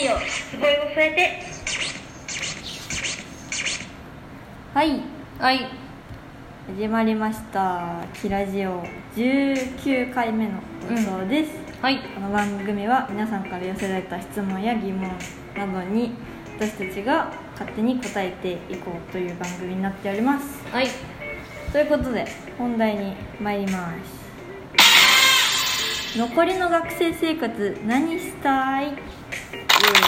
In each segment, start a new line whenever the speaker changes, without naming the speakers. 声を添えて
はい
はい
始まりました「キラジオ」19回目の放送です、
はい
この番組は皆さんから寄せられた質問や疑問などに私たちが勝手に答えていこうという番組になっております
はい
ということで本題に参ります残りの学生生活何したいイエー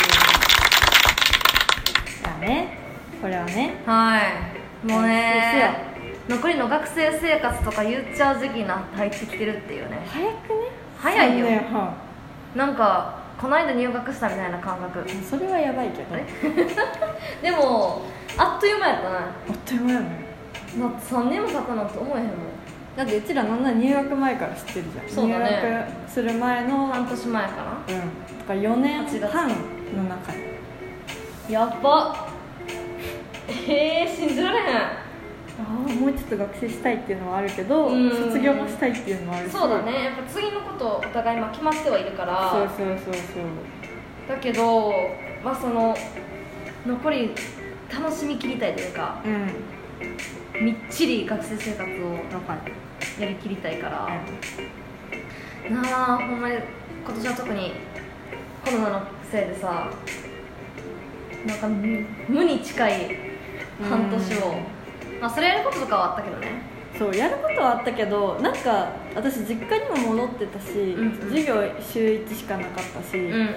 イだねこれはね
はいもうね残りの学生生活とか言っちゃう時期にな入ってきてるっていうね
早くね
早いよ
三年半
なんかこの間入学したみたいな感覚
それはやばいけどね
でもあっという間やったな
あっという間やね
だって3年も経ったなんて思えへんもん
だってうちらなんなら入学前から知ってるじゃん
そうだね
入学する前のうん
半年前か
だから4年
8月
半の中に
なやばえー、信じられへ
ああもうちょっと学生したいっていうのはあるけど
うん
卒業もしたいっていうのもある
ん
し
そうだねやっぱ次のことお互いまあ決まってはいるから
そうそうそうそう
だけどまあその残り楽しみきりたいというか
うん
みっちり学生生活を
分かる
やりきりたいから、
う
なあほんまに今年は特にコロナのせいでさなんか無無に近い半年を、まあそれやることとかはあったけどね
んそうやることはあったけどなんか私実家にも戻ってたし、
んうん
授業週1しかなかったし、
う
っ
ん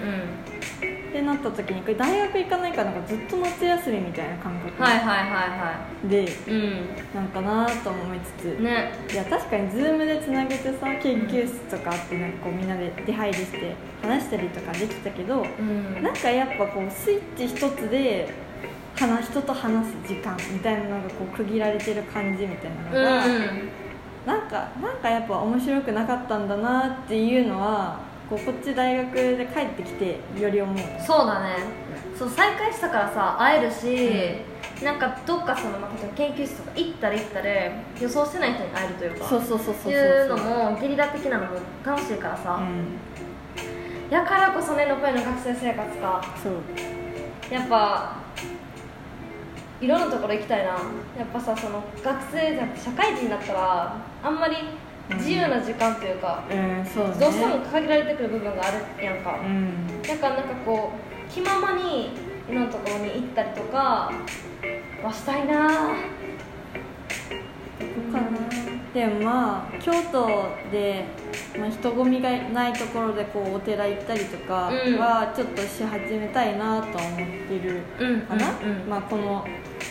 てなった時にこれ大学行かないからなんかずっと夏休みみたいな感覚、
はいはいはい
で
はいうん
なんかなとも思いつつ、
ね
いや確かに Zoom でつなげてさ研究室とかあってなんかこうみんなで出入りして話したりとかできたけど
うん
なんかやっぱこうスイッチ一つで話人と話す時間みたいなのがこう区切られてる感じみたいな
う
の
ん
が、なんかなんかやっぱ面白くなかったんだなっていうのはこうこっち大学で帰ってきてより思う
そうだねそう再会したからさ会えるし、なんかどっかそのまた研究室とか行ったら行ったで予想してない人に会えるというか
そうそうそうそうそう
いうのもゲリラ的なのも楽しいから
う
さ、
ん
やからこそね残りの学生生活か
そう
やっぱいろんなところ行きたいなやっぱさその学生じゃ社会人になったらあんまり自由な時間というか、
うんそうね
どうしても限られてくる部分があるやんか、
うん
だからなんかこう気ままにいろんなところに行ったりとかはしたいな
かなでもまあ京都で、まあ、人混みがないところでこうお寺行ったりとか
うん
はちょっとし始めたいなとは思ってる
うん
かな、
うんうん
まあ、この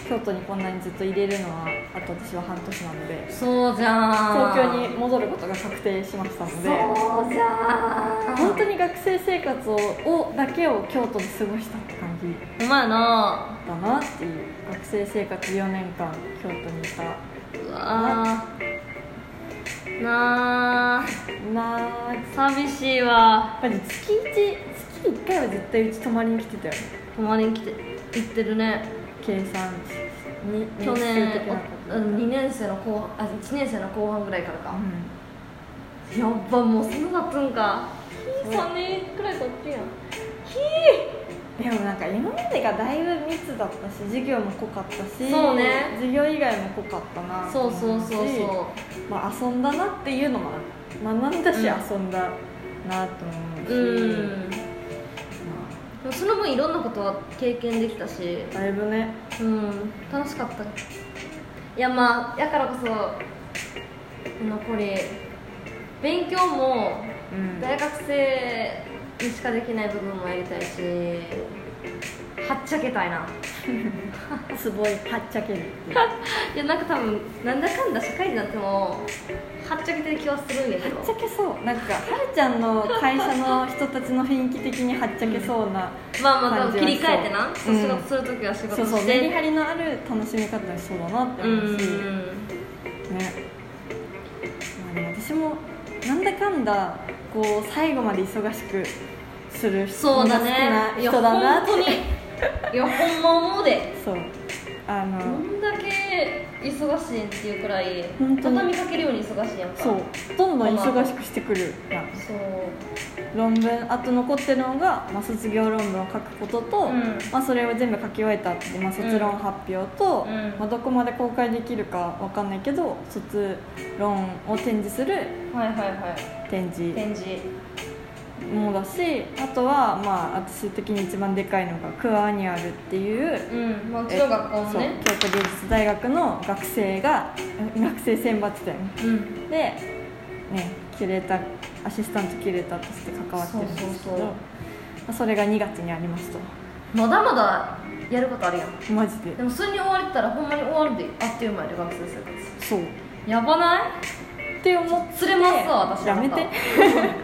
京都にこんなにずっと入れるのはあと私は半年なので
そうじゃ
東京に戻ることが確定しましたので
そうじゃん
本当に学生生活ををだけを京都で過ごしたって感じ
うまいな
だなっていう学生生活4年間京都にいた
うわーなあ
なー
寂しいわ
やっぱり月1月1回は絶対うち泊まりに来てたよね
泊まりに来て行ってるね
計算に
去
年数
年
的なこ
おうん2年生の後半あ1年生の後半ぐらいから
と
か
う、ん
やっぱもうそんな経つんか
そう
3年くらい経ってんやん
でもなんか今までがだいぶ密だったし授業も濃かったし
そうね
授業以外も濃かったなと
そうそう
思
そうそう
しまあ、遊んだなっていうのもある学んだし
うん
遊んだなと思うし、
うんで
ま
もその分いろんなことは経験できたし
あ、だいぶね
うん楽しかったいやまあやからこそ残り勉強も
うん
大学生にしかできない部分もやりたいしはっちゃけたいな
すごいはっちゃけるっていう
いやなんか多分なんだかんだ社会人になってもはっちゃけてる気はするんやけど
はっちゃけそうなんかはるちゃんの会社の人たちの雰囲気的にはっちゃけそうな、
まあまあ多
感じ
分
は
切り替えてな、
そう
そう仕
うん
事するときは仕事して
そうそうメリハリのある楽しみ方でそうだなって
う
思うし、ね
ん
まあ、でも私もなんだかんだこう最後まで忙しくする
そうだね
人が好きな人だ
いや
なっ
本
て
当にいやほんま思うで
そうあの、
どんだけ忙しいっていうくらい
本当に
畳みかけるように忙しいやんか
そうどんどん忙しくしてくるやん
そう
論文あと残ってるのが、まあ、卒業論文を書くことと、
うん
まあ、それを全部書き終えたって、まあ、卒論発表と、
うん
まあ、どこまで公開できるかわかんないけど卒論を展示する
はいはいはい
展示
展示
もだしあとはまあ私的に一番でかいのがクアアニュアルっていう
うんまあうち
えっと
の学校もね
そう京都芸術大学の学生がえ学生選抜だよね
うん
でねキュレーターアシスタントキュレーターとして関わってるんですけ
そ
ど
うそうそう
まあそれが2月にありますと
まだまだやることあるやん
マジで
でもそれに追われてたらほんまに終わるであっという間やで学生生活
そうっ
やばない
て思って
釣れますわ私
や
あ
め
なた
て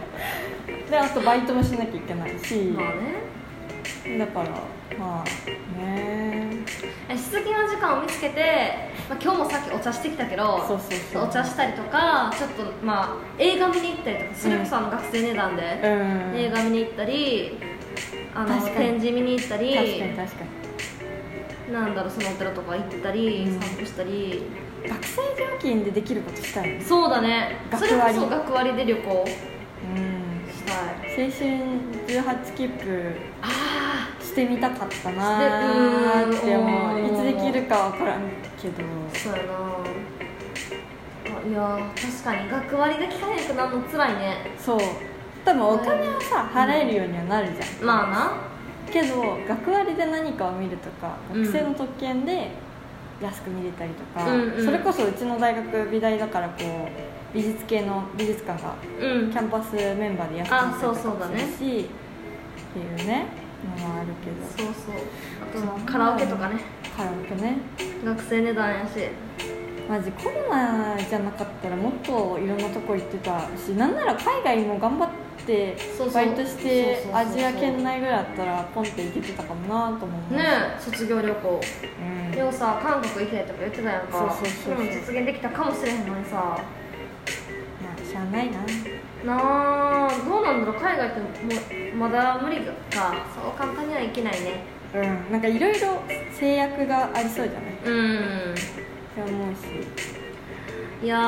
であとバイトもしなきゃいけないし
まあね
だからまあね
出勤の時間を見つけて、まあ、今日もさっきお茶してきたけど
そうそうそう
お茶したりとかちょっとまあ映画見に行ったりとかそれこそあの学生値段で、
うん
映画見に行ったりあの
確かに
展示見に行ったり
確かに確か
なんだろうそのお寺とか行ったり、
うん
散歩したり
に学生料金でできることしたいね
そうだねそ
学
れこ
割
そ学割で旅行
うん
したい
青春18切符
あ
してみたかったなーって思
してう
うんいつできるかわからんけど
あそうやなあいやー確かに学割が聞かへんくなんのつらいね
そう多分お金はさ払えるようにはなるじゃん、
まあな
けど学割で何かを見るとか
うん
学生の特権で安く見れたりとか、
うんうん
それこそうちの大学美大だからこう美術系の美術館が
うん
キャンパスメンバーで安く
あ
見
そう
れたり
そ
と
うだ
か
ね
するしっていうねのはあるけ
そ
ど
うそうあとまあカラオケとかね
カラオケね
学生値段やし
マジコロナじゃなかったらもっといろんなとこ行ってたしなんなら海外も頑張って
そうそう
バイトして
そうそうそうそう
アジア圏内ぐらいだったらポンって行けてたかもなとも思う
ねえ卒業旅行
うん
でもさ韓国行きたいとか言ってたやんか
そうそうそうそ
れも
う
実現できたかもしれへんのにさ
まあしゃあないな
なあどうなんだろう海外ってもうまだ無理かそう簡単には行けないね
うんなんかいろいろ制約がありそうじゃないっ
うん
て思うし
いや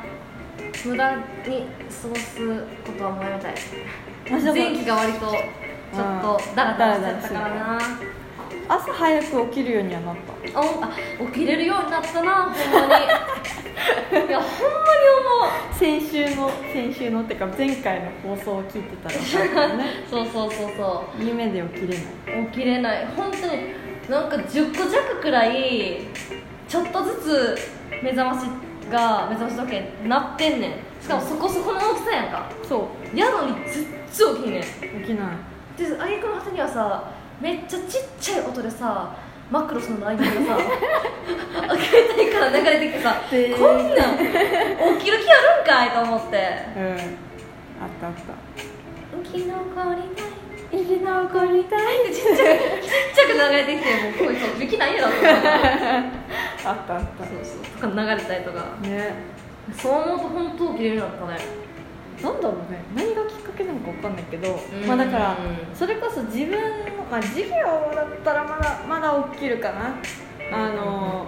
ー無駄に過ごすことはもうやめたい
私でも
前期が割とちょっとダラダラしてたからな
朝早く起きるようにはなった
あほんあ起きれるようになったなほんまにいやほんま
先週の先週のってか前回の放送を聞いてたら分かる よね
に思うそうそうそうそう
夢で起きれない
起きれない本当になんか10個弱くらいちょっとずつ目覚ましが目覚まし時計なってんねんしかもそこそこの大きさやんか
そ
やのにずっと起きんねんで
う起きない
あげくの果てにはさめっちゃちっちゃい音でさマクロスのアイテムがさ携帯から流れてきてさ
で
こんなん起きる気あるんかいと思って
うんあったあった
起き残りたい
生き残りたい
ちっちゃくちっちゃく流れてきてもうこいつ起きないやろと思って
あったあっ
そうそうとか流れたりとか
たね
そう思うと本当起きれるようになったね
なんだろうね何がきっかけなのか分かんないけど
ん
まあだからそれこそ自分のまあ授業だったらまだまだ起きるかなあの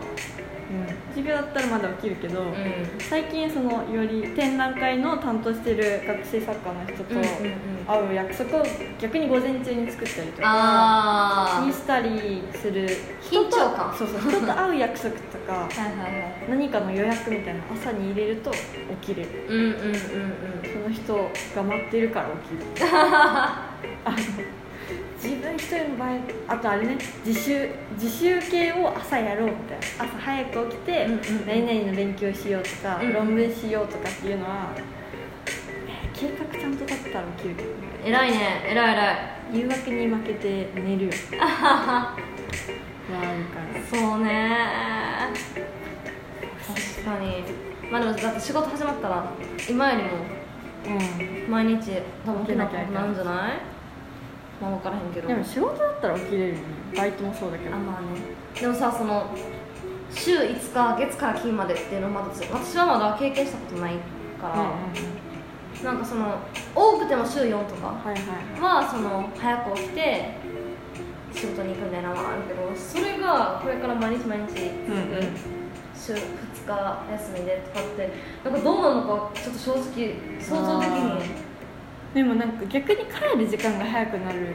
うん授業だったらまだ起きるけど
う
最近そのより展覧会の担当してる学生作家の人と
ん
会う約束を逆に午前中に作ったりとか
あ
に
ー
したりする
緊張感
そうそう人と会う約束とか
はいはいはい
何かの予約みたいなの朝に入れると起きれる
うんうんうんうん
その人が待ってるから起き るあの自分一人の場合あとあれね自習自習系を朝やろうみたいな朝早く起きて、
うんうんうん
何々の勉強しようとか、
うんうん
論文しようとかっていうのは、えー計画ちゃんと立ってたら起きるけどね
偉いね偉い偉い
誘惑に負けて寝るよはあるから
そうね確かにまあでもだって仕事始まったら今よりも
うん
毎日多分起きなきゃいけないんじゃないまあ分からへんけど
でも仕事だったら起きれるよねバイトもそうだけど
あまあねでもさその週5日月から金までっていうのはまだ私はまだ経験したことないから、
うんうんうん
なんかその多くても週4とか
はいはい
はその早く起きて仕事に行くんだよなまああるけどそれがこれから毎日毎日
うんうん
週2日休みでとかってなんかどうなのかちょっと正直想像でき
あ
に
でもなんか逆に帰る時間が早くなる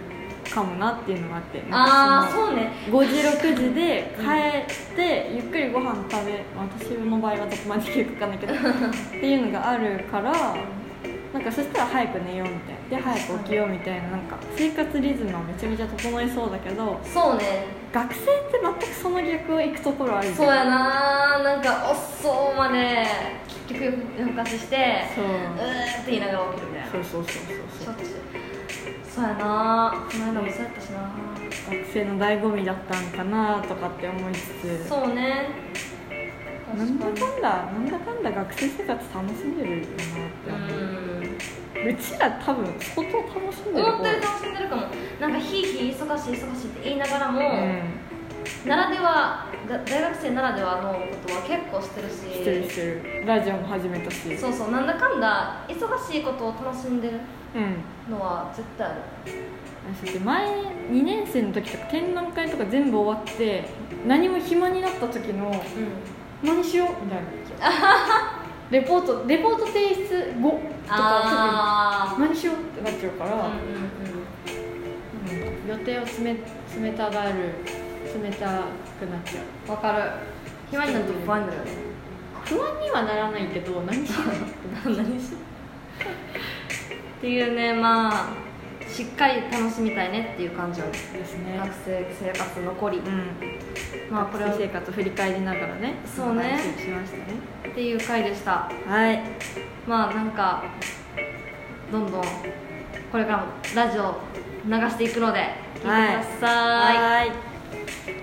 かもなっていうのがあって
ああ
う
そうね
5時6時で帰って、ゆっくりご飯食べ私の場合はどこまで行くかわかんない けどっていうのがあるからなんかそしたら早く寝ようみたいなで早く起きようみたいななんか生活リズムはめちゃめちゃ整えそうだけど
そうね
学生って全くその逆を行くところあるじゃん
そうやななんか遅うまで結局夜更かしして
そう
うーって言いながら起きるみたいな
そうそうそう
し
そ
ょ
う
っちゅうそうやなこの間もそうやったしな
そう学生の醍醐味だったんかなとかって思いつつ
そうね
なんだ
う
かんだなんだかんだ学生生活楽しんでるよなって思う、
ん
うちら多分相当楽しんでる
思ってる楽しんでるかもなんかひいひい忙しい忙しいって言いながらも、
うん
ならではが大学生ならではのことは結構してるし
してるしてるラジオも始めたしう
そうそうなんだかんだ忙しいことを楽しんでる
ん
のは絶対ある
私前2年生の時とか展覧会とか全部終わって何も暇になった時の
うん
何しようみたいなレポートレポート提出後とか
あ
すぐ何しようってなっちゃうから、
あ
うん予定を詰め詰めたがる詰めたくなっちゃう
わかる暇になると不安になる
不安にはならないけど何しようってなっちゃう
っていうねまあしっかり楽しみたいねっていう感じを
です
学
ね
生生活残り
うん
まあこれを
学生生活を振り返りながらね
そうね
話しましたね
っていう回でした
はい
まあなんかどんどんこれからもラジオ流していくので聞いてください
い